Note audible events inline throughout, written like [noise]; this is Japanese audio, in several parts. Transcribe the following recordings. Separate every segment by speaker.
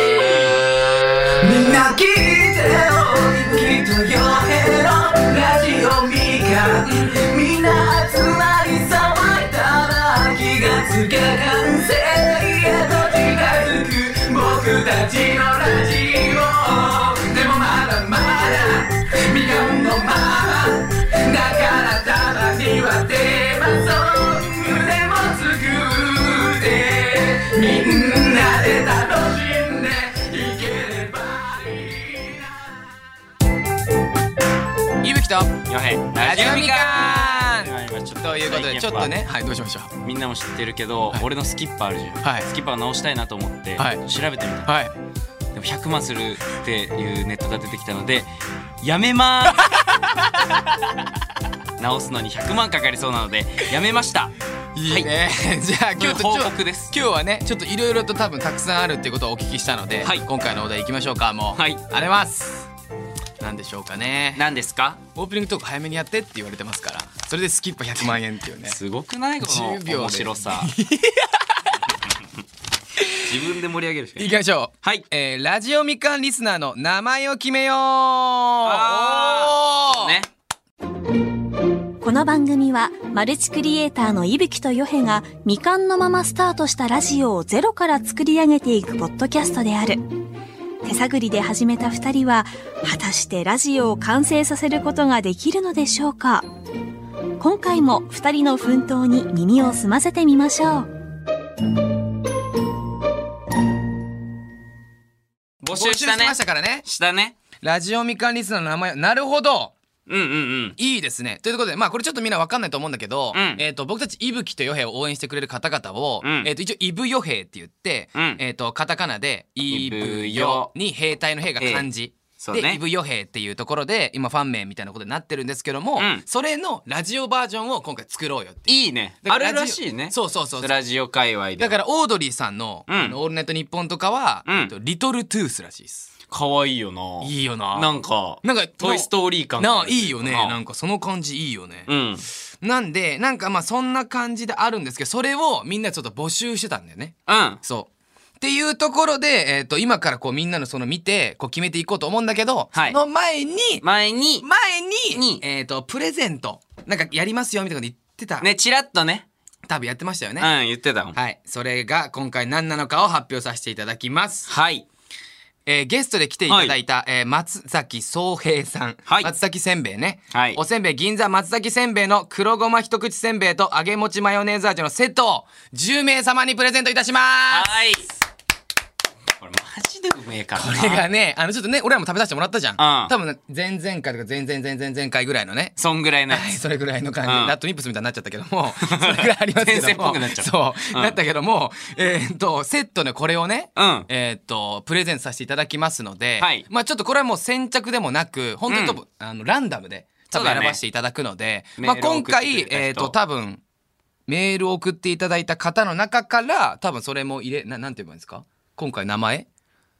Speaker 1: みんな聞いてよきっとよへのラジオみかんみんな集まり騒いだら気がつけ完成へと近づく僕たちのラジオでもまだまだみかんのままだからたまにはテーマソングでも作ってみんなで楽しんでいければいいな
Speaker 2: ゆぶきと
Speaker 3: ヨヘ
Speaker 2: ラジオみかん
Speaker 3: はいまあちょっ
Speaker 2: ということでちょっと
Speaker 3: 最近
Speaker 2: ねはいどうしました
Speaker 3: はみんなも知ってるけど、
Speaker 2: はい
Speaker 3: 俺のスキッパーあるじゃん、
Speaker 2: はい
Speaker 3: スキッパー直したいなと思って、
Speaker 2: はい
Speaker 3: 調べてみた
Speaker 2: はい
Speaker 3: でも100万するっていうネットが出てきたのでやめまー
Speaker 2: [laughs]
Speaker 3: す直すのに100万かかりそうなのでやめました
Speaker 2: いいね、じゃあ今日と
Speaker 3: こういう報告です
Speaker 2: 今日はねちょっといろいろと多分たくさんあるっていうことをお聞きしたので、
Speaker 3: はい
Speaker 2: 今回のお題いきましょうかもう
Speaker 3: はい
Speaker 2: ありますなんでしょうかね
Speaker 3: 何ですか
Speaker 2: オープニングトーク早めにやってって言われてますからそれでスキップ100万円っていうね
Speaker 3: すごくないこの
Speaker 2: 10秒で
Speaker 3: 面
Speaker 2: [laughs]
Speaker 3: 白さ自分で盛り上げるしかない
Speaker 2: いきましょう
Speaker 3: はい
Speaker 2: えー、ラジオみかんリスナーの名前を決めよう
Speaker 3: あー
Speaker 2: おー
Speaker 3: ね
Speaker 4: この番組はマルチクリエイターの伊吹とヨヘが未完のままスタートしたラジオをゼロから作り上げていくポッドキャストである手探りで始めた二人は果たしてラジオを完成させることができるのでしょうか今回も二人の奮闘に耳を澄ませてみましょう
Speaker 3: 募
Speaker 2: 募
Speaker 3: 集
Speaker 2: 集
Speaker 3: し
Speaker 2: したた
Speaker 3: ね
Speaker 2: ましたからね
Speaker 3: したね
Speaker 2: ラジオみかんリスナーの名前なるほど
Speaker 3: うんうんうん
Speaker 2: いいですね。ということで、まあ、これちょっとみんなわかんないと思うんだけど、
Speaker 3: うん
Speaker 2: えっ、と、僕たち、いぶきとよへいを応援してくれる方々を、
Speaker 3: うん
Speaker 2: えっ、と、一応、いぶよへいって言って、
Speaker 3: うん
Speaker 2: えっ、と、カタカナで、い
Speaker 3: ぶよ
Speaker 2: ぶよに兵隊の兵が漢字。
Speaker 3: そう
Speaker 2: で、
Speaker 3: ね
Speaker 2: いぶよへいっていうところで、今、ファン名みたいなことになってるんですけども、
Speaker 3: うん
Speaker 2: それのラジオバージョンを今回作ろうよっていう。
Speaker 3: いいね
Speaker 2: だ
Speaker 3: あ
Speaker 2: から
Speaker 3: る
Speaker 2: ラ
Speaker 3: ら
Speaker 2: ジオ
Speaker 3: しいね
Speaker 2: そうそうそうそう
Speaker 3: ラジオ界隈で
Speaker 2: だから、オードリーさんの、
Speaker 3: うん
Speaker 2: あのオールナイトニッポンとかは、
Speaker 3: うん
Speaker 2: えっと、リトルトゥースらしいです。
Speaker 3: 可愛いよない
Speaker 2: いよな。
Speaker 3: なんか
Speaker 2: なんか
Speaker 3: トイストーリー感
Speaker 2: なあ、いいよね。
Speaker 3: な
Speaker 2: なんか、その感じいいよね。
Speaker 3: うん
Speaker 2: なんでなんかまあそんな感じであるんですけどそれをみんなちょっと募集してたんだよね。
Speaker 3: うん
Speaker 2: そうっていうところで、えー、と今からこうみんなのその見てこう決めていこうと思うんだけど、
Speaker 3: はい
Speaker 2: その前に
Speaker 3: 前に
Speaker 2: 前に
Speaker 3: に
Speaker 2: えー、とプレゼントなんかやりますよみたいなこと言ってた、
Speaker 3: ねチラッとね
Speaker 2: 多分やってましたよ
Speaker 3: う
Speaker 2: ね。
Speaker 3: ん言ってたもん
Speaker 2: はいそれが今回何なのかを発表させていただきます。
Speaker 3: はい
Speaker 2: えーゲストで来ていただいた、えー松崎宗平さん、
Speaker 3: はい
Speaker 2: 松崎せんべいね、
Speaker 3: はい
Speaker 2: おせんべい銀座松崎せんべいの黒ごま一口せんべいと揚げ餅マヨネーズ味のセットを10名様にプレゼントいたします
Speaker 3: はいこれマジでうめえから
Speaker 2: これがねあのちょっとね俺らも食べさせてもらったじゃん、
Speaker 3: うん
Speaker 2: 多分ね前々回とか前々前々前々回ぐらいのね
Speaker 3: そんぐらいのや
Speaker 2: はい
Speaker 3: つ
Speaker 2: それぐらいの感じ、
Speaker 3: うん
Speaker 2: ラットニップスみたいになっちゃったけど
Speaker 3: [laughs]
Speaker 2: もそれぐらいありますけども
Speaker 3: 先生っぽくなっちゃった
Speaker 2: そう、
Speaker 3: うん
Speaker 2: なったけどもえーっとセットねこれをね、
Speaker 3: [laughs] うん
Speaker 2: えーっとプレゼントさせていただきますので、
Speaker 3: はい
Speaker 2: まあちょっとこれはもう先着でもなく本当に多分、あのランダムで多分
Speaker 3: そうだ
Speaker 2: 選
Speaker 3: ね
Speaker 2: ばせていただくので、
Speaker 3: メ
Speaker 2: まあ
Speaker 3: ール
Speaker 2: 今
Speaker 3: を送ってくれた
Speaker 2: 回
Speaker 3: 人
Speaker 2: えーっと多分メールを送っていただいた方の中から多分それも入れななんて言えばいいんですか今回名前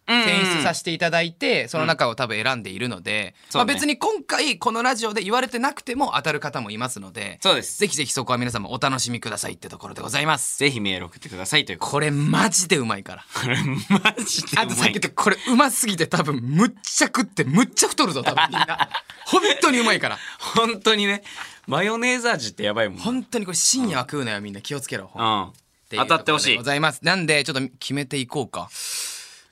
Speaker 3: うん
Speaker 2: 選出させていただいて、その中を多分選んでいるので、
Speaker 3: そうね
Speaker 2: まあ、別に今回このラジオで言われてなくても当たる方もいますので
Speaker 3: そうです
Speaker 2: ぜひぜひそこは皆様お楽しみくださいってところでございます
Speaker 3: ぜひメール送ってくださいというこ
Speaker 2: これマジでうまいから
Speaker 3: れマジでうまい
Speaker 2: あとさっき言ったこれうますぎて多分むっちゃ食ってむっちゃ太るぞ多分みんな [laughs] 本当にうまいから
Speaker 3: 本当にねマヨネーズ味ってやばいもん
Speaker 2: 本当にこれ深夜は食うなよみんな気をつけろ、ほんと
Speaker 3: うん
Speaker 2: ていう
Speaker 3: 当たって
Speaker 2: ところ
Speaker 3: ほし
Speaker 2: で
Speaker 3: い
Speaker 2: ございますなんでちょっと決めていこうか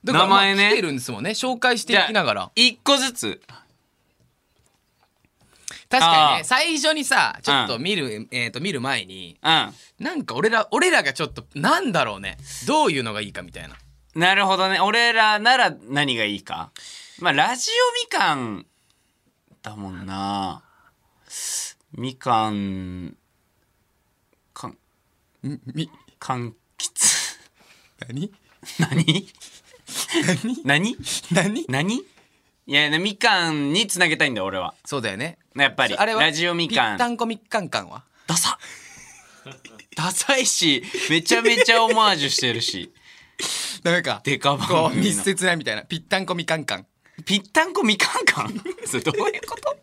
Speaker 2: だから
Speaker 3: 名前ね
Speaker 2: まあ来てるんですもんね紹介していきながら
Speaker 3: 一個ずつ
Speaker 2: 確かに
Speaker 3: あー
Speaker 2: ね最初にさちょっと見る、えっ、と見る前に
Speaker 3: う
Speaker 2: なんか俺ら俺らがちょっとなんだろうねどういうのがいいかみたいなん
Speaker 3: なるほどね俺らなら何がいいかまあラジオみかんだもんなみかんかん
Speaker 2: み
Speaker 3: 柑橘 [laughs]
Speaker 2: 何
Speaker 3: 何
Speaker 2: 何何
Speaker 3: 何何いやいやみかんにつなげたいんだよ俺は
Speaker 2: そうだよね
Speaker 3: やっぱり
Speaker 2: あれは
Speaker 3: ラジオみか
Speaker 2: ぴっ
Speaker 3: ん
Speaker 2: たんこみっかんかんは
Speaker 3: ダサ [laughs] ダサいしめちゃめちゃオマージュしてるし
Speaker 2: ダメか
Speaker 3: デカ
Speaker 2: こ
Speaker 3: 番
Speaker 2: う
Speaker 3: 組
Speaker 2: 密
Speaker 3: の
Speaker 2: 接なみたいなぴったんこみかんかん
Speaker 3: ぴったんこみかんかん [laughs] それどういうこと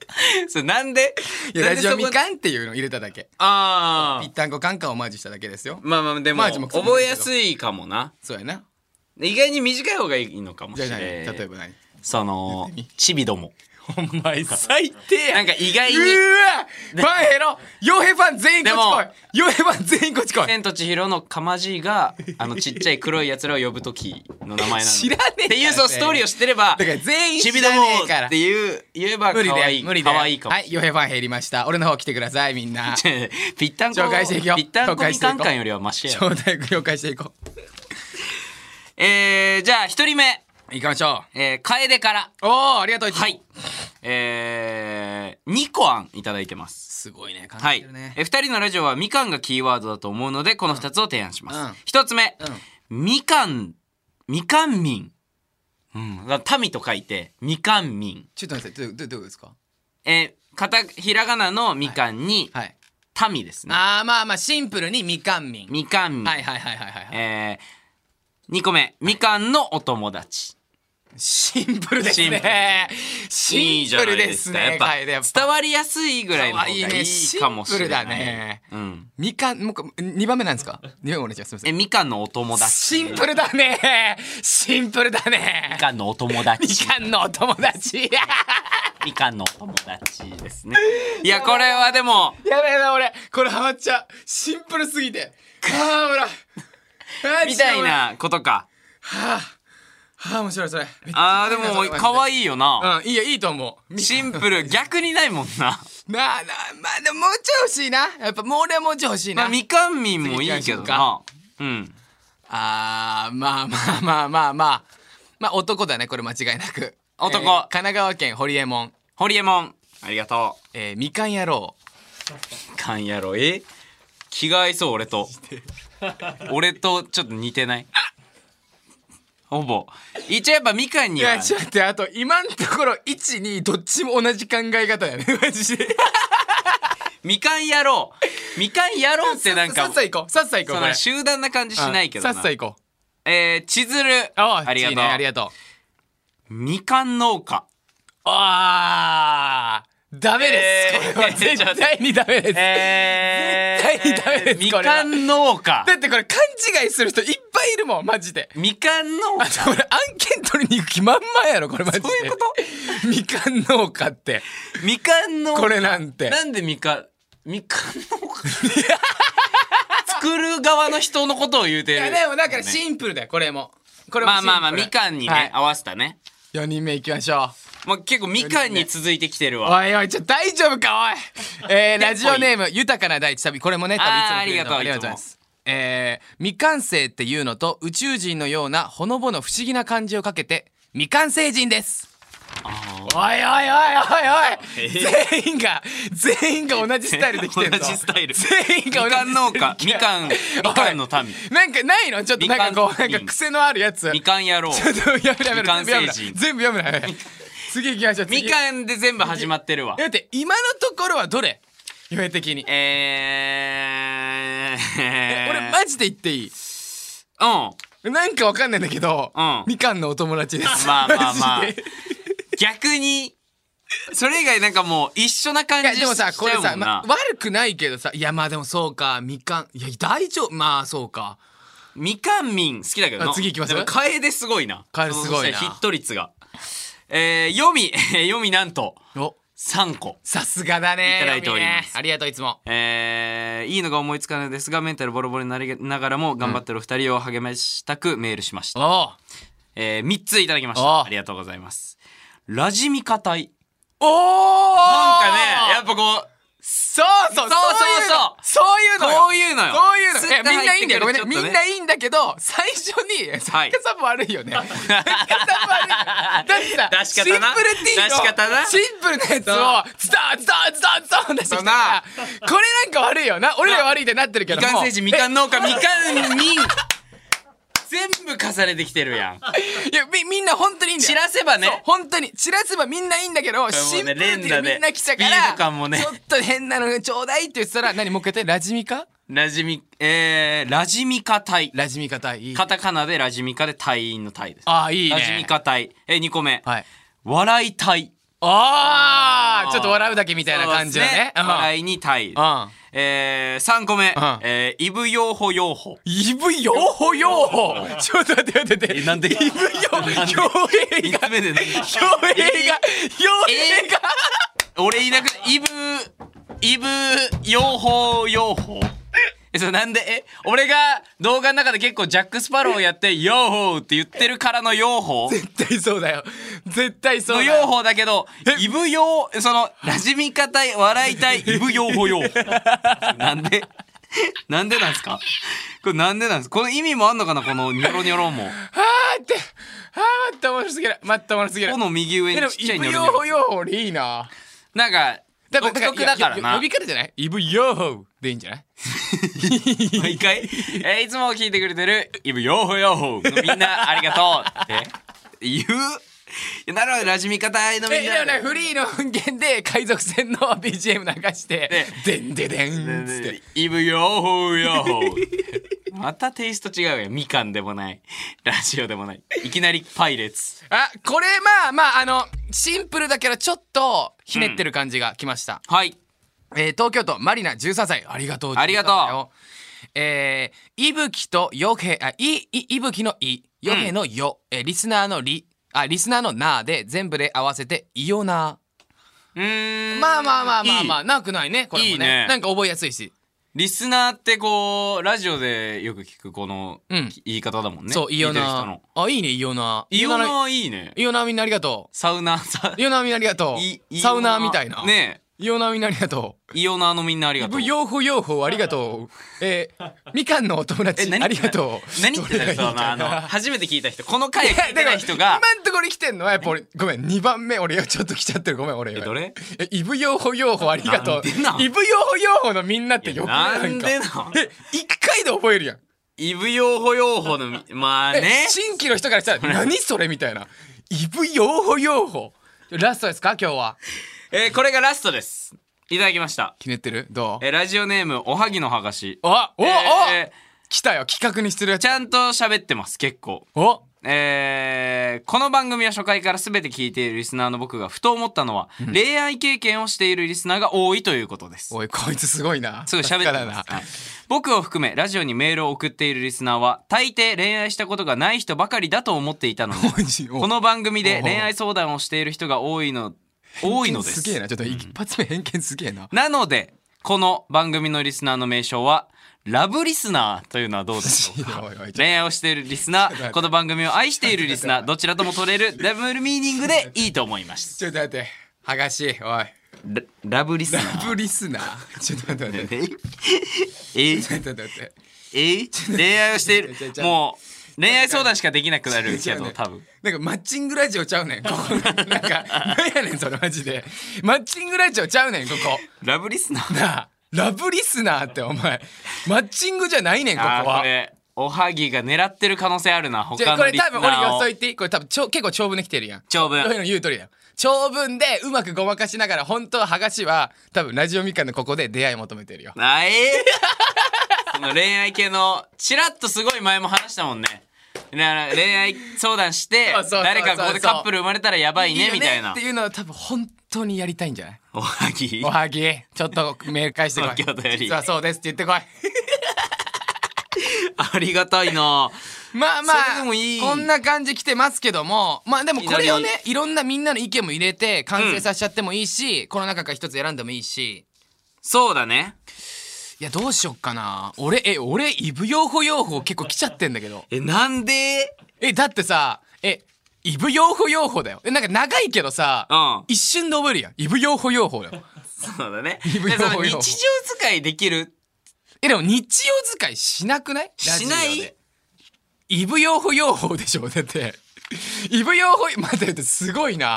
Speaker 3: それなんで
Speaker 2: いや
Speaker 3: な
Speaker 2: ラ
Speaker 3: んで
Speaker 2: ジ
Speaker 3: そ
Speaker 2: オ
Speaker 3: こ
Speaker 2: みかんっていうのを入れただけ
Speaker 3: あ
Speaker 2: ぴっ
Speaker 3: あ
Speaker 2: たんこかんかんをオマージュしただけですよ
Speaker 3: まあまあでも
Speaker 2: まあでも
Speaker 3: 覚えやすいかもな
Speaker 2: そうやな
Speaker 3: 意外に短い方がいいのかもし
Speaker 5: じゃ
Speaker 3: れ
Speaker 5: あ
Speaker 3: ない
Speaker 5: 何例えば何
Speaker 3: そのちびども
Speaker 2: お前最低や
Speaker 3: なんか意外
Speaker 2: う
Speaker 3: に
Speaker 2: ーわファン減ろ傭兵ファン全員こっち
Speaker 3: でも
Speaker 2: 来い傭兵ファン全員こっち
Speaker 3: 「
Speaker 2: 来い
Speaker 3: 千と千尋のかまじい」があのちっちゃい黒いやつらを呼ぶ時の名前なの
Speaker 2: 知らねえから
Speaker 3: っていうそのストーリーを知ってれば
Speaker 2: だから全員
Speaker 3: ちび
Speaker 2: 知
Speaker 3: ど
Speaker 2: ら
Speaker 3: も
Speaker 2: ねえから
Speaker 3: っていう言えば
Speaker 2: 無理
Speaker 3: 可
Speaker 2: だ
Speaker 3: 愛
Speaker 2: よ
Speaker 3: い
Speaker 2: 無理だよ
Speaker 3: 可愛いかも
Speaker 2: はい傭兵ファン減りました俺の方来てくださいみんな
Speaker 3: [laughs] ぴったんこ
Speaker 2: 紹介していくよ
Speaker 3: ぴったん
Speaker 2: 紹
Speaker 3: こ
Speaker 2: 介
Speaker 3: み
Speaker 2: してい
Speaker 3: か
Speaker 2: こうん
Speaker 3: かんよりはマシや
Speaker 2: 招待了解していこ
Speaker 3: えー、じゃあ一人目、
Speaker 2: う行きましょ
Speaker 3: えー、楓から
Speaker 2: うおおありがとう
Speaker 3: はいえー、2個案いただいてます
Speaker 2: すごいね考
Speaker 3: は
Speaker 2: え
Speaker 3: い
Speaker 2: てるね、
Speaker 3: え2人のラジオはみかんがキーワードだと思うのでこの2つを提案します、
Speaker 5: うん
Speaker 3: 1つ目、みかんみかん民うんだから民と書いてみかん民
Speaker 2: ちょっと待ってどうどうどういうことですか
Speaker 3: えー、かたひらがなのみかんに、
Speaker 2: はい
Speaker 3: 民ですね
Speaker 2: あーまあまあシンプルにみかんみん
Speaker 3: みかん民、
Speaker 2: はいはいはいはいはいはい
Speaker 3: えー、2個目みかんのお友達
Speaker 2: シンプルです
Speaker 3: シンプル
Speaker 2: ねシンプルです
Speaker 3: い
Speaker 2: ね
Speaker 3: いじゃない
Speaker 2: 楓や
Speaker 3: で
Speaker 2: っ
Speaker 3: す
Speaker 2: ぱ
Speaker 3: かやっぱ伝わりやすいぐらいの方がいいかもし
Speaker 2: シン
Speaker 3: れない
Speaker 2: プルだね
Speaker 3: うん、
Speaker 2: みかんもうこ二番目なんですか二番目お願いしますすみません
Speaker 3: えみかんのお友達
Speaker 2: シンプルだねシンプルだね
Speaker 3: みかんのお友
Speaker 2: み
Speaker 3: 達
Speaker 2: かんのお友達
Speaker 3: みかんのお友達です [laughs] ねいやこれはでも
Speaker 2: やべえな俺これハマっちゃうシンプルすぎてあーほらあー
Speaker 3: みたい
Speaker 2: ちょっと俺は
Speaker 3: なことか
Speaker 2: あー面白いそれ
Speaker 3: あーでも可
Speaker 2: い
Speaker 3: 愛いよな
Speaker 2: うんいいよいいと思うみ
Speaker 3: シンプル逆にないもんな
Speaker 2: なあなあまあでももうちょい欲しいなやっぱもう俺はもうちょい欲しいな、
Speaker 3: まあみかんみんもいいけどなうん
Speaker 2: あーまあまあまあまあまあまあ男だねこれ間違いなく
Speaker 3: [laughs] 男
Speaker 2: えー神奈川県ホリエモン、
Speaker 3: ホリエモンありがと
Speaker 2: えーみかん野郎
Speaker 3: うみかんやろえ気が合いそう俺と [laughs] 俺とちょっと似て [laughs] ないほぼ一応やっぱみかん
Speaker 2: い
Speaker 3: には
Speaker 2: やちょっと待ってあと今のところ12どっちも同じ考え方やね [laughs] マジで
Speaker 3: みかんやろうみかんやろうってなん
Speaker 2: さ
Speaker 3: か
Speaker 2: っさ行こうさっさ行こ
Speaker 3: そう
Speaker 2: こ
Speaker 3: の
Speaker 2: れ
Speaker 3: 集団な感じしないけど
Speaker 2: う
Speaker 3: なん
Speaker 2: さっさ行こう
Speaker 3: えー、千鶴
Speaker 2: あ
Speaker 3: ありがとう
Speaker 2: いいねありがとう
Speaker 3: みかん農家
Speaker 2: あーダメです、
Speaker 3: えー [laughs]
Speaker 2: これは絶対にダメです、
Speaker 3: え
Speaker 2: ー絶対にダメです
Speaker 3: み
Speaker 2: これは
Speaker 3: かん農家
Speaker 2: だってこれ勘違いする人いっぱいいるもんマジで
Speaker 3: みかん農
Speaker 2: あ
Speaker 3: 家
Speaker 2: と俺案件取りに行く気満々やろこれマジで
Speaker 3: そういうこと
Speaker 2: [laughs] みかん農家って
Speaker 3: みかん農家
Speaker 2: これなんて
Speaker 3: なんでみかみかん農家作る側の人のことを言うて
Speaker 2: い
Speaker 3: る
Speaker 2: やでもだからシンプルだよこれもこれも
Speaker 3: ま
Speaker 2: シ
Speaker 3: あ
Speaker 2: ンプル
Speaker 3: まあまあみかんにね、
Speaker 2: はい
Speaker 3: 合わせたね
Speaker 2: 4人目行きましょ
Speaker 3: まあ結構みかんに続いてきてる
Speaker 2: う
Speaker 3: わ、
Speaker 2: おいおいちょ大丈夫かおいえーラジオネーム豊かな大地旅これもね多分いつも
Speaker 3: あー
Speaker 2: くれるの
Speaker 3: あ
Speaker 2: あり
Speaker 3: り
Speaker 2: がとう
Speaker 3: がとう
Speaker 2: ございますえー未完成っていうのと宇宙人のようなほのぼの不思議な感じをかけて未完成人ですおいおいおいおいおい、全員が全員 [laughs] が同じスタイルできてるの
Speaker 3: [laughs] 同じスタイル
Speaker 2: 全員
Speaker 3: み
Speaker 2: が同じ
Speaker 3: かん農家みかんみかんの民
Speaker 2: なんかないのちょっとなんかこ
Speaker 3: み
Speaker 2: う
Speaker 3: か
Speaker 2: なんんか癖のあるやつ
Speaker 3: みかん野郎
Speaker 2: ちょっとやめろやめろ
Speaker 3: みかん
Speaker 2: 全部やめろ
Speaker 3: 星人
Speaker 2: 全部やめろやめろ次行きましょう次
Speaker 3: みかんで全部始まってるわ
Speaker 2: だって今のところはどれ夢的に
Speaker 3: えー、
Speaker 2: え俺マジで言っていい
Speaker 3: うん
Speaker 2: なんかわかんないんだけど、
Speaker 3: うん
Speaker 2: みかんのお友達です
Speaker 3: まあまあまあ
Speaker 2: マジで
Speaker 3: 逆にそれ以外なんかもう一緒な感
Speaker 2: い
Speaker 3: じ
Speaker 2: やでもさ
Speaker 3: しちゃう
Speaker 2: これ
Speaker 3: もんな
Speaker 2: さ、まあ悪くないけどさいやまあでもそうかみかんいや大丈夫まあそうか
Speaker 3: みかんみん好きだけどな
Speaker 2: あ次行きます
Speaker 3: でも楓すごいな
Speaker 2: 楓すごいな
Speaker 3: そのそしたらヒット率がえー、読み読みなんと
Speaker 2: お
Speaker 3: 3個
Speaker 2: さすがだね
Speaker 3: いただいております
Speaker 2: ロミねありがとういつも
Speaker 3: えー、いいのが思いつかないですがメンタルボロボロになりながらも頑張ってるお二人を励ましたくメールしました、
Speaker 2: おお
Speaker 3: えー、3ついただきまし
Speaker 2: お
Speaker 3: たありがとうございますラジミカ隊
Speaker 2: おー
Speaker 3: なんかねやっぱこう
Speaker 2: そうそうそうそういうの
Speaker 3: こういうのよ
Speaker 2: そういうの
Speaker 3: ス
Speaker 2: い
Speaker 3: ッ
Speaker 2: や
Speaker 3: と
Speaker 2: みんないいんだよご
Speaker 3: 入
Speaker 2: め
Speaker 3: っ
Speaker 2: んね
Speaker 3: てくる
Speaker 2: みんないいんだけど最初に作家さんも悪い
Speaker 3: [laughs]
Speaker 2: よね、作家さんも悪いよだってさ
Speaker 3: 出
Speaker 2: シ
Speaker 3: し
Speaker 2: ン
Speaker 3: 方な
Speaker 2: プル T の
Speaker 3: 出し方な
Speaker 2: シンプルなやつをズドンズドンズドンズドン出してきたからこれなんか悪いよな俺らが悪いってなってるけど
Speaker 3: み
Speaker 2: も
Speaker 3: かん政治みかん農家みかんに全部重ねてきてるやん
Speaker 2: いやみみんな本当にいいんだよ
Speaker 3: 散らせばね
Speaker 2: そう本当に散らせばみんないいんだけど、シンプル T でみんな来たか
Speaker 3: 連打でビー
Speaker 2: ら
Speaker 3: ル感もね
Speaker 2: ちょっと変なのちょうだいって言ってたら何もう一回言ってラジミカ
Speaker 3: ラジミ、えー、ラジミカ隊。
Speaker 2: ラジミカ対いい
Speaker 3: カタカナでラジミカで隊員の隊です。
Speaker 2: ああいいね
Speaker 3: ラジミカ隊。えー、2個目。
Speaker 2: はい
Speaker 3: 笑い隊。
Speaker 2: あ
Speaker 3: あ
Speaker 2: あ
Speaker 3: ー
Speaker 2: ちょっと笑うだけみたいな感じのね
Speaker 3: そうです笑いにタ
Speaker 2: う
Speaker 3: イ。
Speaker 2: ん
Speaker 3: えー、3個目、
Speaker 2: ん
Speaker 3: えー、イブヨーホヨーホ。
Speaker 2: イブヨーホヨーホちょっと待って待って待って。なんでイブヨー、ヨーヘイが、
Speaker 3: つ
Speaker 2: [laughs]
Speaker 3: 目で、
Speaker 2: ヨ
Speaker 3: ね、
Speaker 2: ーヘイが、ヨーヘイが、
Speaker 3: 俺いなくなイブ、イブヨーホーヨーホー。え、それなんで、え、俺が動画の中で結構ジャック・スパローやって、ヨーホーって言ってるからのヨーホー。
Speaker 2: 絶対そうだよ。絶対そう
Speaker 3: の
Speaker 2: だ
Speaker 3: ヨー
Speaker 2: よ。
Speaker 3: ホーだけど、イブヨー、その、馴染み方、笑いたい、イブヨーホーヨーホー。なんでなんでなんですかこれなんでなんですかこの意味もあんのかなこのニョロニョロも。
Speaker 2: あーって、あー待って面白すぎる。待って面白すぎる
Speaker 3: こ。の右上
Speaker 2: え
Speaker 3: に
Speaker 2: でも
Speaker 3: ちっちゃ
Speaker 2: イ
Speaker 3: いニ
Speaker 2: ブヨー
Speaker 3: ョロニョロ
Speaker 2: ホ。ヨーホーでいいな。
Speaker 3: なんか、独特だから
Speaker 2: いや
Speaker 3: な
Speaker 2: 呼。び方じゃないイブヨーホーでいいんじゃない
Speaker 3: [laughs] 毎回、えーいつも聞いてくれてる、イブヨーホーヨーホーのみんなありがとうって言う。いやなるほど、馴染み方のみ
Speaker 2: え、
Speaker 3: ん
Speaker 2: で
Speaker 3: な
Speaker 2: も。ね、フリーの音源で海賊船の [laughs] BGM 流して
Speaker 3: ね、
Speaker 2: でんででんっつって。
Speaker 3: イブヨーホーヨーホー。またテイスト違うよ。みかんでもない。ラジオでもない。いきなりパイレーツ。
Speaker 2: あ、これまあまあ、あの、シンプルだけどちょっとひねってる感じがきました。
Speaker 3: はい。
Speaker 2: えー東京都マリナ13歳ありがとう
Speaker 3: ありがとう
Speaker 2: 13歳よえー、いぶきとよへあいいいぶきのいよへのよ、えーリスナーのりあリスナーのなーで全部で合わせていよな
Speaker 3: うーん。
Speaker 2: まあまあまあまあまあ
Speaker 3: いい
Speaker 2: なくないねこれもね
Speaker 3: いいね
Speaker 2: なんか覚えやすいし、
Speaker 3: リスナーってこう、ラジオでよく聞くこの
Speaker 2: うん
Speaker 3: 言い方だもんね。
Speaker 2: そういよ
Speaker 3: 聞てる人
Speaker 2: な
Speaker 3: の
Speaker 2: あいいねいよな
Speaker 3: イオナいいね。
Speaker 2: いよなみんなありがと
Speaker 3: サウナ、サ
Speaker 2: ういよなみんなありがと
Speaker 3: イ
Speaker 2: う
Speaker 3: イオナ
Speaker 2: サウナーみたいな
Speaker 3: ね
Speaker 2: いよなみんなありがとう
Speaker 3: え、イオナーのみんなありがとう。
Speaker 2: 養父養父ありがとうえー、みかんのお友達ありがとう
Speaker 3: 何言ってたのそのあの、初めて聞いた人、この回聞いてない人が、
Speaker 2: 今んところ来てんのはやっぱ俺ごめん2番目俺よちょっと来ちゃってるごめん俺
Speaker 3: え、どれ
Speaker 2: えイブヨーホヨーホありがとう
Speaker 3: なんでなん
Speaker 2: イブヨーホヨーホのみんなってよくない
Speaker 3: なんでな
Speaker 2: か
Speaker 3: ん
Speaker 2: え一回で覚えるやん
Speaker 3: イブヨーホヨーホのみ、まあ
Speaker 2: え
Speaker 3: ね。
Speaker 2: 新規の人からしたら
Speaker 3: [laughs]
Speaker 2: 何それみたいなイブヨーホヨーホラストですか今日は
Speaker 3: えーこれがラストです。いただきました。
Speaker 2: ひねってるどう
Speaker 3: えーラジオネーム、おはぎのはがし。
Speaker 2: あおお、
Speaker 3: えー
Speaker 2: 来たよ企画にしてるや
Speaker 3: ち
Speaker 2: つ
Speaker 3: ゃんと喋ってます、結構。
Speaker 2: お
Speaker 3: えーこの番組は初回から全て聞いているリスナーの僕がふと思ったのは、恋愛経験をしているリスナーが多いということです。
Speaker 2: おいこいつすごいな
Speaker 3: すごい喋って
Speaker 2: だ
Speaker 3: ま
Speaker 2: な
Speaker 3: す、はい僕を含めラジオにメールを送っているリスナーは大抵恋愛したことがない人ばかりだと思って
Speaker 2: [laughs]
Speaker 3: いたのに
Speaker 2: おいしいお
Speaker 3: この番組で恋愛相談をしている人が多
Speaker 2: [laughs]
Speaker 3: いの多いのです
Speaker 2: げえなちょっと一発目偏見すげえな
Speaker 3: なのでこの番組のリスナーの名称はラブリスナーというのはどうでしょう
Speaker 2: [laughs]
Speaker 3: か
Speaker 2: おいおいちょ
Speaker 3: 恋愛をしているリスナ
Speaker 2: [laughs]
Speaker 3: ーこの番組を愛しているリスナーどちらとも取れるダブルミーニングでいいと思います
Speaker 2: ちょっと待ってはがしおい
Speaker 3: ララブリス
Speaker 2: ラ
Speaker 3: ナー
Speaker 2: ブリスナー。ちょっと待って待って。
Speaker 3: ええ
Speaker 2: ちょっと待って
Speaker 3: えい恋愛をしてい
Speaker 2: [laughs]
Speaker 3: る
Speaker 2: 違う違う違う
Speaker 3: もう恋愛相談しかできなくな
Speaker 2: 待
Speaker 3: る
Speaker 2: って。
Speaker 3: けど
Speaker 2: 違うね
Speaker 3: 多分
Speaker 2: なんかマッチングラジオちゃうねんここなんか何やねんそれマジでマッチングラジオちゃうねんこ [laughs] こ
Speaker 3: ラブリスナー
Speaker 2: なあラブリスナーってお前マッチングじゃないねんここ
Speaker 3: あーこ
Speaker 2: は
Speaker 3: れおはぎが狙ってる可能性あるな
Speaker 2: じゃ
Speaker 3: 他
Speaker 2: あこ
Speaker 3: の
Speaker 2: れ
Speaker 3: リス
Speaker 2: 多分俺
Speaker 3: ナ
Speaker 2: 予想
Speaker 3: ーを
Speaker 2: 言っていいこれ多分ちょ結構長文できてるやん [laughs]
Speaker 3: 長文
Speaker 2: ロヘの言うとりやん長文でうまくごまかしながら本当ははがしは多分ラジオみかんのここで出会い求めてるよ
Speaker 3: あえー [laughs] その恋愛系のちらっとすごい前も話したもんねだから恋愛相
Speaker 2: [laughs]
Speaker 3: 談して
Speaker 2: そうそうそうそう
Speaker 3: 誰かここでカップル生まれたらやばいね
Speaker 2: よ
Speaker 3: みたいな
Speaker 2: っていうのは多分本当にやりたいんじゃない
Speaker 3: おはぎ
Speaker 2: おはぎ、ちょっとメール返
Speaker 3: [laughs]
Speaker 2: してこい。
Speaker 3: 東京都より
Speaker 2: 実はそうですって言ってこい。
Speaker 3: [laughs] ありがたいな
Speaker 2: まあまあ
Speaker 3: それでもいい
Speaker 2: こんな感じ来てますけども、まあでもこれをね
Speaker 3: いきな、
Speaker 2: いろんなみんなの意見も入れて完成させちゃってもいいし、この中から一つ選んでもいいし。
Speaker 3: そうだね
Speaker 2: いや、どうしよっかな。俺、え、俺、イブヨーホヨーホ結構来ちゃってんだけど。
Speaker 3: えなんで
Speaker 2: え、だってさ、え、イブヨーホヨーホだよ。え、なんか長いけどさ、
Speaker 3: うん
Speaker 2: 一瞬で覚えるやん。イブヨーホヨーホだよ。
Speaker 3: そう
Speaker 2: [laughs]
Speaker 3: だね
Speaker 2: いぶよ
Speaker 3: でその
Speaker 2: い
Speaker 3: 日
Speaker 2: ぶよ
Speaker 3: 常使いできる
Speaker 2: え、でも日用使いしなくない
Speaker 3: しない
Speaker 2: ラジオでイブ用法用法でしょだって。 [laughs] イブ用法、待って待って、すごいな。
Speaker 3: ま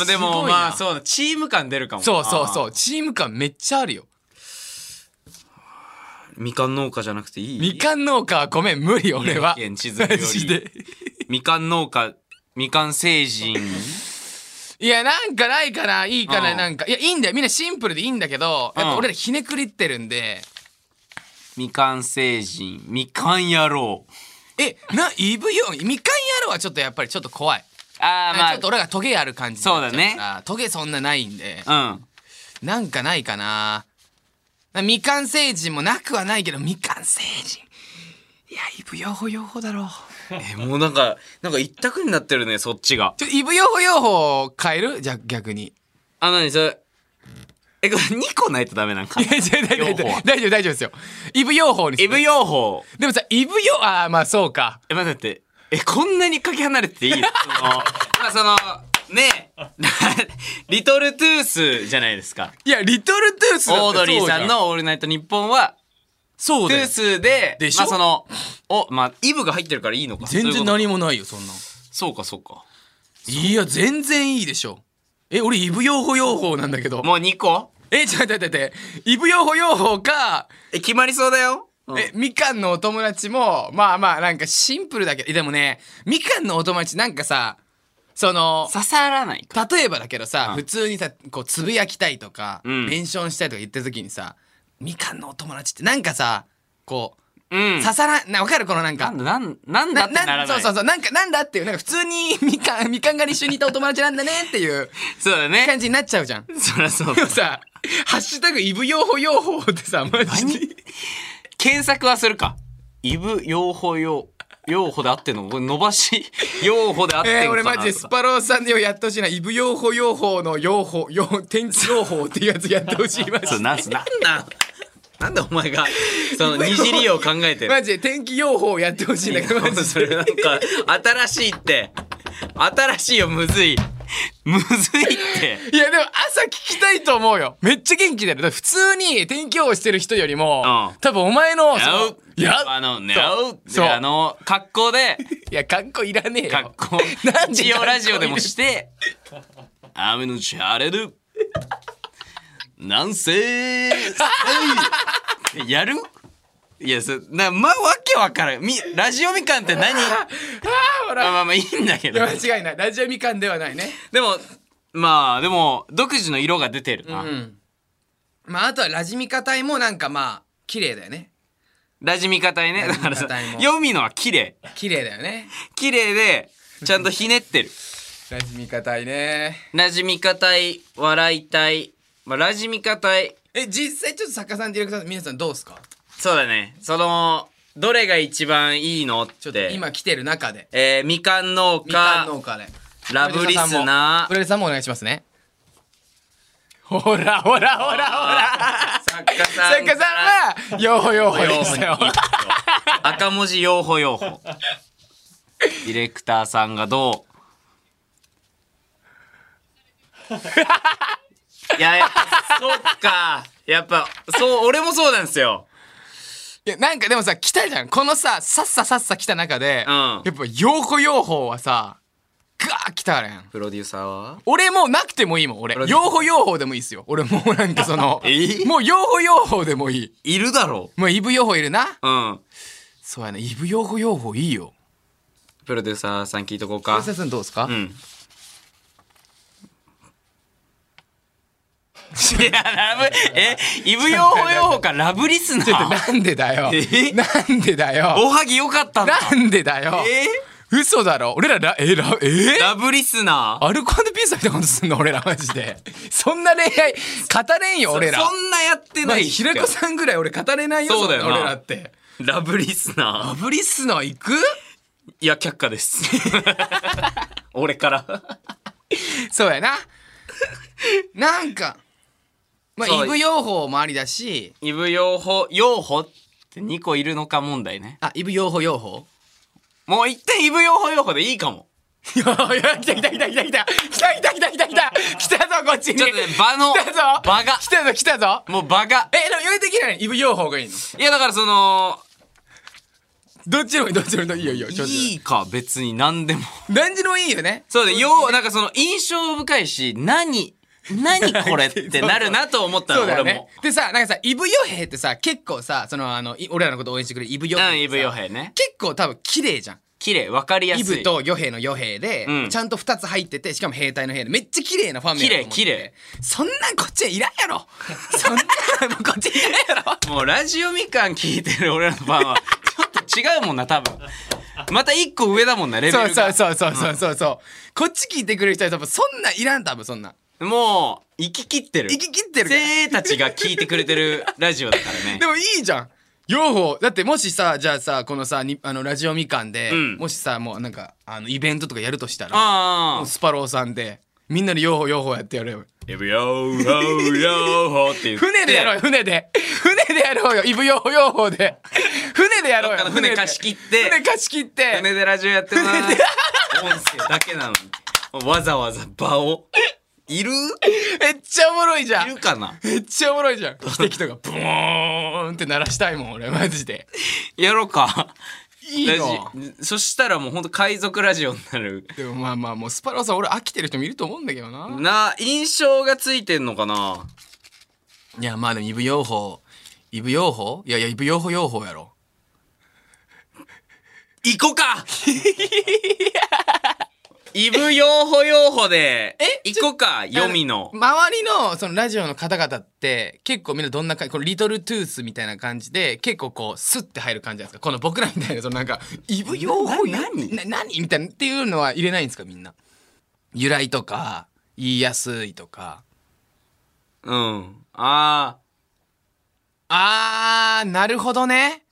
Speaker 3: あです
Speaker 2: ご
Speaker 3: も
Speaker 2: いな
Speaker 3: まあそうだチーム感出るかも
Speaker 2: そうそうそうう。チーム感めっちゃあるよ。
Speaker 3: みかん農家じゃなくていい
Speaker 2: みかん農家はごめん、無理、俺は。
Speaker 3: 宮城県千鶴より
Speaker 2: マジで。
Speaker 3: みかん農家みかん成人
Speaker 2: いや、なんかないかな、いいかな、
Speaker 3: うん
Speaker 2: なんか。いや、いいんだよ。みんなシンプルでいいんだけど、やっぱ
Speaker 3: うん
Speaker 2: 俺らひねくりってるんで。
Speaker 3: みかん成人みかん野郎
Speaker 2: え、な、イブ用、みかんやろはちょっとやっぱりちょっと怖い。
Speaker 3: あーま
Speaker 2: ちょっと俺がトゲある感じ
Speaker 3: そうだね
Speaker 2: あートゲそんなないんで
Speaker 3: あうん
Speaker 2: なんかないかなな未完成人もなくはないけど未完成人いやイブヨーホヨーホだろう
Speaker 3: えもうなんかなんか一択になってるねそっちが
Speaker 2: ちょイブヨーホヨーホ変えるじゃあ逆に
Speaker 3: あ何それえこれ2個ないとダメなん
Speaker 2: [laughs]
Speaker 3: か
Speaker 2: いや違う大丈夫
Speaker 3: ヨーホは
Speaker 2: 大丈夫大丈夫ですよイブヨーホーにす
Speaker 3: イ
Speaker 2: る
Speaker 3: ブ用法
Speaker 2: でもさイブヨああまあそうか
Speaker 3: え、待って待って。え、こんなにかけ離れてていいその、 [laughs] まあ、その、ねえ、 [laughs] リトルトゥースじゃないですか。
Speaker 2: いやリトルトゥースだって
Speaker 3: オードリーさん
Speaker 2: そうじゃ
Speaker 3: のオールナイトニッポンは、
Speaker 2: そ
Speaker 3: ト
Speaker 2: うだ
Speaker 3: ゥー
Speaker 2: よ
Speaker 3: スで、
Speaker 2: でしょ
Speaker 3: まあ、その、お、まあ、イブが入ってるからいいのか。
Speaker 2: 全然
Speaker 3: そういう
Speaker 2: 何もないよそんなん
Speaker 3: ことそうか、そうか。
Speaker 2: いや全然いいでしょえ俺イブヨーホヨーホなんだけど
Speaker 3: もう2個
Speaker 2: えちょっと待って待ってイブヨーホヨーホか
Speaker 3: え、決まりそうだよ。
Speaker 2: え、みかんのお友達も、まあまあ、なんかシンプルだけど、えでもね、みかんのお友達なんかさ、その、
Speaker 3: 刺さらないか。
Speaker 2: 例えばだけどさ、
Speaker 3: うん
Speaker 2: 普通にさ、こう、つぶやきたいとか、
Speaker 3: うん
Speaker 2: メンションしたいとか言った時にさ、みかんのお友達ってなんかさ、こ
Speaker 3: う
Speaker 2: う、
Speaker 3: ん。
Speaker 2: 刺さらん、な、わかるこのなん
Speaker 3: な
Speaker 2: か
Speaker 3: ん、だ、なん、なんだってならない。
Speaker 2: そうそうそう、なんか、なんだっていう、なんか普通にみかん、みかん狩り一緒にいたお友達なんだねっていう
Speaker 3: そうだね。
Speaker 2: 感じになっちゃうじゃん。
Speaker 3: そりゃそう
Speaker 2: で
Speaker 3: だ
Speaker 2: も。さ、ハッシュタグイブ用法用法ってさ、マジで。
Speaker 3: [laughs] 検索はするか。イブ、用法用、用法であってんのこれ伸ば [laughs] し、用法であってんのかな
Speaker 2: えー、俺マジでスパローさんでよやってほしいな。イブ用法用法の用法、用天気用法っていうやつやってほしい。マジ
Speaker 3: そう
Speaker 2: で
Speaker 3: なんすなんなんなんでお前がそ [laughs] の二次利用を考えてる
Speaker 2: マジで天気用法やってほ [laughs] しいんだけど、マジで
Speaker 3: それなんか新しいって新しいよむずいむずいって
Speaker 2: いやでも朝聞きたいと思うよ。めっちゃ元気出る。だから普通に天気予報してる人よりも、
Speaker 3: うん
Speaker 2: 多分お前の、そ
Speaker 3: や
Speaker 2: の
Speaker 3: う
Speaker 2: いや
Speaker 3: あのね
Speaker 2: そう
Speaker 3: うって
Speaker 2: そう
Speaker 3: あの格好で
Speaker 2: いや、かっこいらねえよ。
Speaker 3: 格好
Speaker 2: なんで
Speaker 3: 一応ラジオでもして雨のち晴れるなんせーやるいやそなまわけわからんみラジオみかんって
Speaker 2: あ
Speaker 3: 何
Speaker 2: ーほ
Speaker 3: まあ
Speaker 2: ら。
Speaker 3: まあまあいいんだけ
Speaker 2: い
Speaker 3: ど
Speaker 2: や間違いない。ラジオみかんではないね。
Speaker 3: でもまあでも独自の色が出てるな、
Speaker 2: うん。まああとはラジミカ隊もなんかまあ、綺麗だよね。
Speaker 3: ラジミ方にねだからさ
Speaker 2: ラジミカ体も
Speaker 3: 読みのは綺麗
Speaker 2: 綺麗だよね。
Speaker 3: 綺麗でちゃんとひね [laughs] ってる
Speaker 2: ラジミカ隊ね。
Speaker 3: ラジミ方い笑いたい、まあ、ラジミ方い
Speaker 2: え実際ちょっと作家さんディレクターさん皆さんどうですか
Speaker 3: そうだねそのどれが一番いいのって
Speaker 2: ちょっと今来てる中で
Speaker 3: えーみかん農
Speaker 2: みか
Speaker 3: 家
Speaker 2: ん農家で
Speaker 3: ラブリス
Speaker 2: プロデューサ
Speaker 3: ナ
Speaker 2: ーさんもプロデューサーさんもお願いしますねほらほらほらほら
Speaker 3: ー作家さん
Speaker 2: 作家さんはよほよほ
Speaker 3: 用
Speaker 2: で
Speaker 3: 法
Speaker 2: す
Speaker 3: に
Speaker 2: よ
Speaker 3: 赤文字用法用法ディレクターさんがどういややっぱそっかやっぱそう俺もそうなんですよ
Speaker 2: いやなんかでもさ来たじゃんこのささっささっさ来た中で、
Speaker 3: うん
Speaker 2: やっぱよほよほはさガー来たからやん
Speaker 3: プロデューサーは
Speaker 2: 俺もうなくてもいいもん俺
Speaker 3: プロデューサー
Speaker 2: 用法用法でもいいっすよ俺もうなんかその
Speaker 3: え
Speaker 2: もう用法用法でもいい
Speaker 3: いるだろ
Speaker 2: もうイブ用法いるな
Speaker 3: ううん
Speaker 2: そうやねイブ用法用法いいよ
Speaker 3: プロデューサーさん聞いとこう
Speaker 2: プ
Speaker 3: か
Speaker 2: ロデューサーさんどうですか、
Speaker 3: うんいやラブえイブ用法用法かラブリスナ
Speaker 2: ちょっと
Speaker 3: ー
Speaker 2: なんでだよ
Speaker 3: え。
Speaker 2: なんでだよ。
Speaker 3: おはぎよかったんだ
Speaker 2: なんでだよ。
Speaker 3: え
Speaker 2: 嘘だろ。俺らラ、え、ラ、え
Speaker 3: ラブリスナー
Speaker 2: アルコピースみたいなことすんの俺らマジで。そんな恋愛、語れんよ俺ら。
Speaker 3: そんなやって
Speaker 2: まあ
Speaker 3: ない
Speaker 2: 平子さんぐらい俺語れないよ、
Speaker 3: そうだよ
Speaker 2: ん
Speaker 3: な
Speaker 2: な俺らって。
Speaker 3: ラブリス
Speaker 2: ラ
Speaker 3: ナ
Speaker 2: ブリスナー行く
Speaker 3: ーいや却下です [laughs] 俺から
Speaker 2: そうやな。 [laughs] なんか、ま
Speaker 3: そ
Speaker 2: あ、
Speaker 3: う
Speaker 2: イブ用法もありだし、
Speaker 3: イブ用法用法って2個いるのか問題ね
Speaker 2: あ、イブ用法用法
Speaker 3: もう一点イブ用法用法でいいかも
Speaker 2: [laughs] いやいや、来た来た来た来た来た来た来た来た来た来たぞ、こっちに
Speaker 3: ちょっとね場 [laughs] の
Speaker 2: 来たぞ
Speaker 3: 場が
Speaker 2: 来たぞ来たぞ
Speaker 3: もう場が
Speaker 2: え、でも、より的にはイブ用法がいいの
Speaker 3: いやだからその
Speaker 2: どっちでもいい、どっちでもいい、いいよ、いいよ、ちょっと。
Speaker 3: いいか別に何でも
Speaker 2: 何時でもいいよね。
Speaker 3: そうだようなんかその印象深いし何何これってなるなと思ったの
Speaker 2: そうだ
Speaker 3: 俺
Speaker 2: よ
Speaker 3: も
Speaker 2: ね。でさ、なんかさ、イブヨヘってさ、結構さ、その、あの、い俺らのこと応援してくれるイブヨヘって
Speaker 3: う
Speaker 2: さ。
Speaker 3: んイブヨヘね
Speaker 2: 結構多分綺麗じゃん。
Speaker 3: 綺麗わかりやすい
Speaker 2: イブとヨヘのヨヘで、
Speaker 3: うん
Speaker 2: ちゃんと2つ入ってて、しかも兵隊の兵で、めっちゃ綺麗なファミリーだと思って
Speaker 3: 綺麗綺麗。
Speaker 2: そんなんこっちはいらんや
Speaker 3: [laughs]
Speaker 2: ろ。そんなんもうこっちいらんやろ。
Speaker 3: もうラジオみかん聞いてる俺らのファンはちょっと違うもんな多分また一個上だもんなレベル
Speaker 2: そう
Speaker 3: が
Speaker 2: そうそうそうそうそうそう、こっち聞いてくれる人は多分そんないらん多分そんな
Speaker 3: もう行き切ってる
Speaker 2: 生き切ってるから
Speaker 3: 生たちが聞いてくれてるラジオだから
Speaker 2: [laughs]
Speaker 3: ね
Speaker 2: でもいいじゃん両方だってもしさじゃあさこのさにあのラジオみかんで、
Speaker 3: うん
Speaker 2: もしさもうなんかあのイベントとかやるとしたら
Speaker 3: あ
Speaker 2: もう
Speaker 3: あ
Speaker 2: スパローさんでみんなで両方両方やってやれよ
Speaker 3: 「イブヨーホーヨーホー」って言って
Speaker 2: 船でやろうよ船で船でやろうよイブヨーヨーホー
Speaker 3: [laughs]
Speaker 2: で船でやろうよ
Speaker 3: どっかの船貸し切って
Speaker 2: 船貸し切って
Speaker 3: 船でラジオやってるな音声だけなのにわざわざ場をいる
Speaker 2: めっちゃおもろいじゃ
Speaker 3: い
Speaker 2: ん
Speaker 3: るかな
Speaker 2: めっちゃおもろいじゃん汽笛とかブーンって鳴らしたいもん俺マジで
Speaker 3: やろうか
Speaker 2: いい
Speaker 3: ラジ
Speaker 2: の
Speaker 3: そしたらもうほんと海賊ラジオになる
Speaker 2: でもまあまあもうスパローさん俺飽きてる人もいると思うんだけどな
Speaker 3: な印象がついてんのかない
Speaker 2: やまあでもイブ養蜂イブ養蜂いやいやイブ養蜂養蜂やろ
Speaker 3: 行こうか [laughs] イブヨーホヨーホで行こうか読みの
Speaker 2: あ周りのそのラジオの方々って結構みんなどんな感じこのリトルトゥースみたいな感じで結構こうスッて入る感じじゃないですかこの僕らみたいなそのなんかイブ養蜂
Speaker 3: な何
Speaker 2: な何みたいなっていうのは入れないんですかみんな由来とか言いやすいとか
Speaker 3: うんあ
Speaker 2: あーなるほどね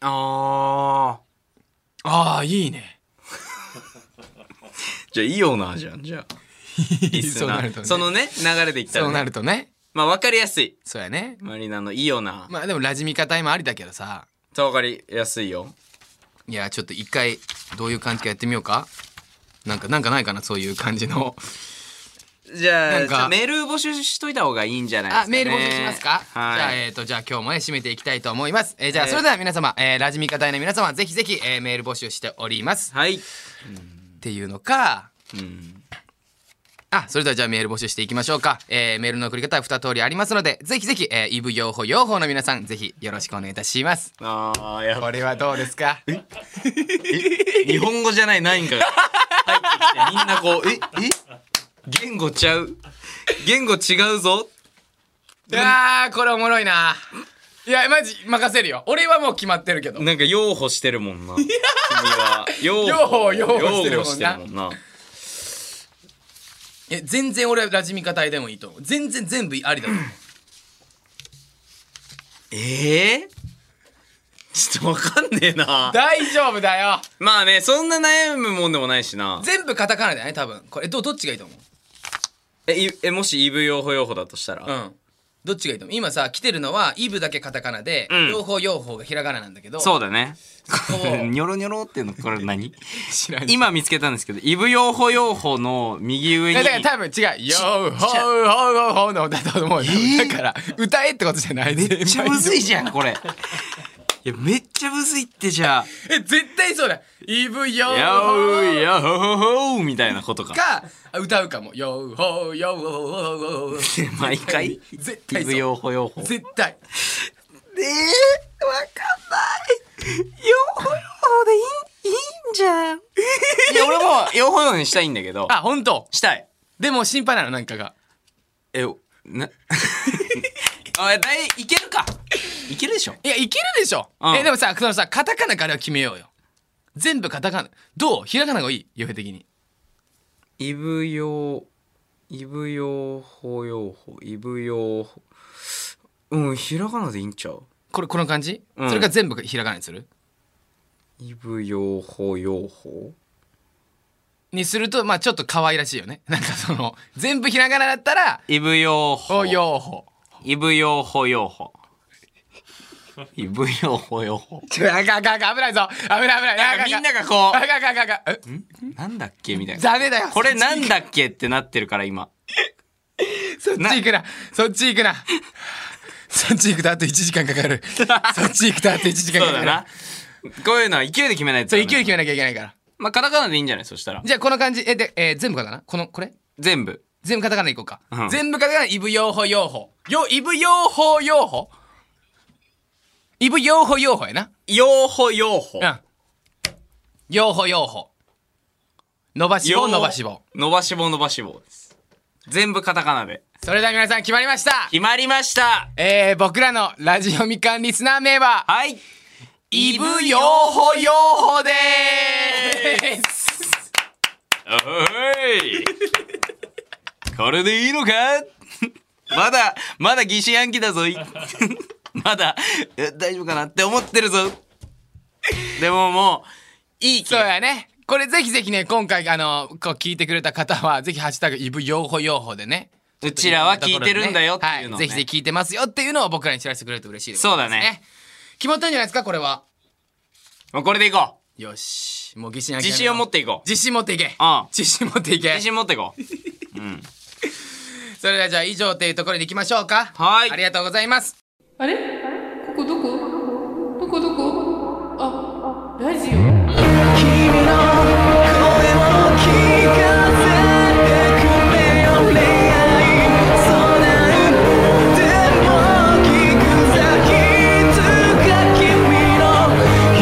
Speaker 3: ーあ
Speaker 2: ああいいね
Speaker 3: ーじゃあイオナーじゃん
Speaker 2: [laughs]
Speaker 3: じゃあリス
Speaker 2: そう
Speaker 3: ナ
Speaker 2: な
Speaker 3: ー
Speaker 2: るとね
Speaker 3: そのね流れでいったら
Speaker 2: そう
Speaker 3: ね、
Speaker 2: なるとね
Speaker 3: まあ分かりやすい
Speaker 2: そうやね
Speaker 3: マリナのイオナー
Speaker 2: まあでもラジミカタイムありだけどさ
Speaker 3: と分かりやすいよ
Speaker 2: いやちょっと一回どういう感じかやってみようかなんかなんかないかなそういう感じの
Speaker 3: じゃあ
Speaker 2: なんか
Speaker 3: じゃあメール募集しといた方がいいんじゃないです
Speaker 2: あ
Speaker 3: か、ね、
Speaker 2: メール募集しますか、
Speaker 3: はい
Speaker 2: じゃあえっ、とじゃあ今日もね締めていきたいと思います、えーじゃあ
Speaker 3: えー
Speaker 2: それでは皆様、えーラジミカタイの皆様ぜひぜひ、えーメール募集しております
Speaker 3: はい、
Speaker 2: っていうのか
Speaker 3: うん、
Speaker 2: あ、それではじゃあメール募集していきましょうか。えー、メールの送り方は2通りありますので、ぜひぜひ、えー、イブ用法用法の皆さん、ぜひよろしくお願いいたします。
Speaker 3: あーやっぱ
Speaker 2: これはどうですか
Speaker 3: 日本語じゃない何かが入ってきてみんなこうええ言語ちゃう言語違うぞ
Speaker 2: いやー、これおもろいな。いや、マジ任せるよ。俺はもう決まってるけど。
Speaker 3: なんか擁護してるもんな君
Speaker 2: [laughs]
Speaker 3: は擁
Speaker 2: 擁護擁護してるもんな
Speaker 3: 擁護してるもんな
Speaker 2: え、全然俺はラジミカ隊でもいいと思う。全然全部ありだと思う。
Speaker 3: ええちょっとわかんねえな
Speaker 2: 大丈夫だよ。
Speaker 3: まあねそんな悩むもんでもないしな
Speaker 2: 全部カタカナだよね、多分。これ、ど、どっちがいいと思う
Speaker 3: えいえもしイブ擁護擁護だとしたら、
Speaker 2: うん。どっちがいいと思う今さ、来てるのは、イブだけカタカナで、
Speaker 3: うん
Speaker 2: 用法用法がひらがななんだけど。
Speaker 3: そう
Speaker 2: う。
Speaker 3: だね
Speaker 2: こを
Speaker 3: [laughs] ょろにょろっていうのこれ
Speaker 2: [laughs]
Speaker 3: 何
Speaker 2: 知らん
Speaker 3: 今見つけたんですけどイブ擁護擁護の右上
Speaker 2: い
Speaker 3: に
Speaker 2: やだから多分違う。よーほーほーほーのだと思うよ。だから歌えってことじゃない。め
Speaker 3: めっちゃむずいじゃんこれいやめっちゃむずいってじゃあ「
Speaker 2: [laughs] え絶対そうだ。イブよ
Speaker 3: や
Speaker 2: ーほ
Speaker 3: おう
Speaker 2: ー
Speaker 3: やほほほう」みたいなことか
Speaker 2: か歌うかも。よーほーよーほーほーほー。
Speaker 3: 毎回
Speaker 2: 絶
Speaker 3: イ
Speaker 2: 対
Speaker 3: ブ
Speaker 2: そう。
Speaker 3: 用ほ用ほ
Speaker 2: 絶対。
Speaker 3: えー、わかんない用ほ用ほでいいいいんじゃんいや俺も用ほ用にしたいんだけど
Speaker 2: あ本当。
Speaker 3: したい
Speaker 2: でも心配なのなんかが。
Speaker 3: え [laughs] なあだいいけるかいけるでしょ
Speaker 2: いやいけるでしょ
Speaker 3: う。ん
Speaker 2: えでもさそのさカタカナから決めようよ。全部カタカナ。どうひらがながいい。予定的に。
Speaker 3: イブ用イブ用ほ用ほイブ用ほうんひらがなでいいんちゃう
Speaker 2: これこの感じ？
Speaker 3: うん
Speaker 2: それか全部ひらがなにする？
Speaker 3: イブ用法用法
Speaker 2: にするとまあちょっと可愛らしいよね。 [laughs] なんかその全部ひらがなだったら。
Speaker 3: イブ用
Speaker 2: お
Speaker 3: 法
Speaker 2: 用法。
Speaker 3: イブ用法用法イブ用法用法
Speaker 2: ちょ、あかんあかんあかん危ないぞ。危ない危ない。
Speaker 3: なんかみんながこ
Speaker 2: あかんあかんあかんあかんえ
Speaker 3: うなんだっけみたいな
Speaker 2: ダメだよ。
Speaker 3: これなんだっけってなってるから今
Speaker 2: そっち行くな。そっち行くな。そっち行くとあと1時間かかる。
Speaker 3: [laughs]
Speaker 2: そっち行くとあと1時間
Speaker 3: そ
Speaker 2: か
Speaker 3: う
Speaker 2: か
Speaker 3: だ
Speaker 2: る。
Speaker 3: なこういうのは勢いで決めないと
Speaker 2: そ
Speaker 3: ダ
Speaker 2: う、
Speaker 3: メ
Speaker 2: 勢い決めなきゃいけないから。
Speaker 3: まあカタカナでいいんじゃないそしたら
Speaker 2: じゃあこの感じ、え、で、えー全部カタカナこの、これ
Speaker 3: 全部
Speaker 2: 全部カタカナいこうか。
Speaker 3: うん
Speaker 2: 全部カタカナ、イブ用法用法。よ、イブ用法用法イブ用法用法やな。
Speaker 3: 用法用法
Speaker 2: うん。用法用法。伸ばし棒伸ばし棒。
Speaker 3: 伸ばし棒伸ばし棒です全部カタカナで
Speaker 2: それでは皆さん決まりました
Speaker 3: 決まりました
Speaker 2: えー、僕らのラジオみかんリスナー名は、
Speaker 3: はい
Speaker 2: イブヨーホヨーホです
Speaker 3: おいこれでいいのか [laughs] まだまだ疑心暗鬼だぞい [laughs] まだえ大丈夫かなって思ってるぞでももういい気
Speaker 2: [laughs] そうやね。これぜひぜひね、今回、あの、こう聞いてくれた方は、ぜひハッシュタグ、イブヨーホヨーホでね。
Speaker 3: うちらは聞いてるんだよっていうの
Speaker 2: は
Speaker 3: をね
Speaker 2: ぜひぜひ聞いてますよっていうのを僕らに知らせてくれると嬉しいです、
Speaker 3: そうだね。
Speaker 2: 決まったんじゃないですか、これは。
Speaker 3: もうこれでいこ
Speaker 2: よし。もう疑心
Speaker 3: う
Speaker 2: 暗鬼
Speaker 3: 自信を持っていこう
Speaker 2: 自信持っていけ。
Speaker 3: ああ
Speaker 2: 自信持っていけ
Speaker 3: 自。信持っていこう
Speaker 2: それではじゃあ以上というところでいきましょうか。
Speaker 3: はい
Speaker 2: ありがとうございます。
Speaker 5: あれここどこどこどこあ、ラジオ
Speaker 1: 君の声を聞かせてくれよ恋愛そなんでも聞くさいつか君の一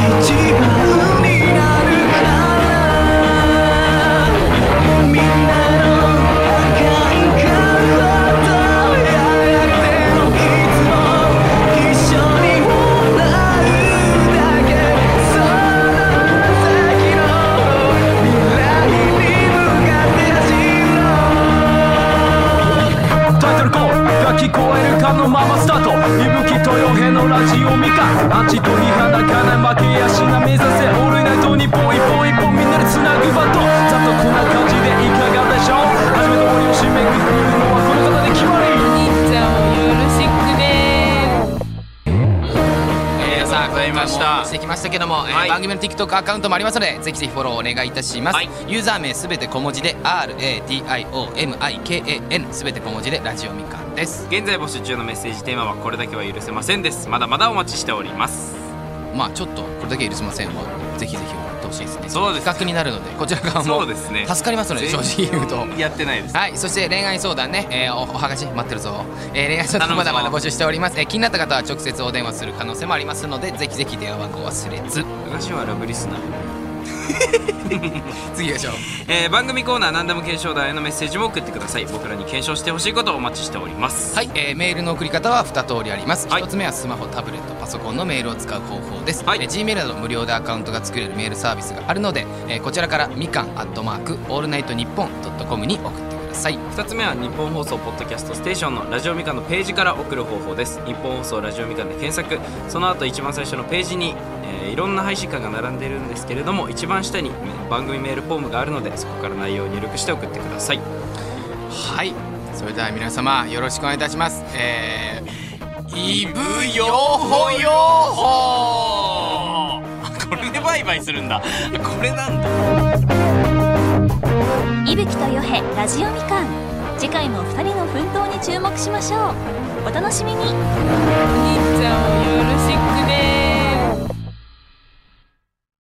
Speaker 1: 番になるからみんなの赤い顔とやがてのいつも一緒に笑うだけその先の未来に向かって走ろう
Speaker 6: タイトルコールが聞こえるかのままスタート伊吹と洋平のラジオミカアンチと美肌かない負けやしな目指せオールナイトにポイポイポンみんなでつなぐバトンざっとこんな感じでいかがでしょう初めて終わりを締めくくるのはこの方で決まり
Speaker 5: お兄ちゃんもよろしくね
Speaker 2: えー、さあ、
Speaker 3: ございました
Speaker 2: 今回もお送りしてきましたけども、えー
Speaker 3: はい
Speaker 2: 番組の TikTok アカウントもありますので、ぜひぜひフォローお願いいたします。
Speaker 3: はい
Speaker 2: ユーザー名すべて小文字で、RADIOMIKAN すべて小文字で、ラジオみかんです。
Speaker 3: 現在募集中のメッセージテーマはこれだけは許せませんですまだまだお待ちしております
Speaker 2: まあちょっと、これだけは許せませんは、ぜひぜひ送ってほしいですね。
Speaker 3: そうですね
Speaker 2: 企画になるので、こちら側
Speaker 3: そ
Speaker 2: も
Speaker 3: うですね
Speaker 2: 助かりますので、正直言うと。
Speaker 3: やってないです
Speaker 2: はい、そして恋愛相談ね、えーおおはがし待ってるぞ、えー恋愛相談まだまだ募集しております、えー気になった方は直接お電話する可能性もありますのでぜひぜひ電話番号忘れず
Speaker 3: 私はラブリスナー
Speaker 2: 次行きましょう
Speaker 3: えー番組コーナー何でも検証団へのメッセージも送ってください僕らに検証してほしいことをお待ちしております
Speaker 2: はい、えーメールの送り方は2通りあります、
Speaker 3: はい
Speaker 2: 1つ目はスマホタブレットパソコンのメールを使う方法です、
Speaker 3: はい
Speaker 2: えー Gmail など無料でアカウントが作れるメールサービスがあるので、えーこちらからみかんアットマークオールナイトニッポンドットコムに送ってください
Speaker 3: 2つ目は日本放送ポッドキャストステーションのラジオみかんのページから送る方法です日本放送ラジオみかんで検索その後一番最初のページに、えーいろんな配信会が並んでいるんですけれども一番下に番組メールフォームがあるのでそこから内容を入力して送ってください
Speaker 2: はいそれでは皆様よろしくお願いいたしますえー、イブヨホヨホ
Speaker 3: [laughs] これでバイバイするんだこれなんだ
Speaker 4: いぶきとよへラジオみかん次回も2人の奮闘に注目しましょうお楽しみに
Speaker 5: お兄ちゃんもよろしくね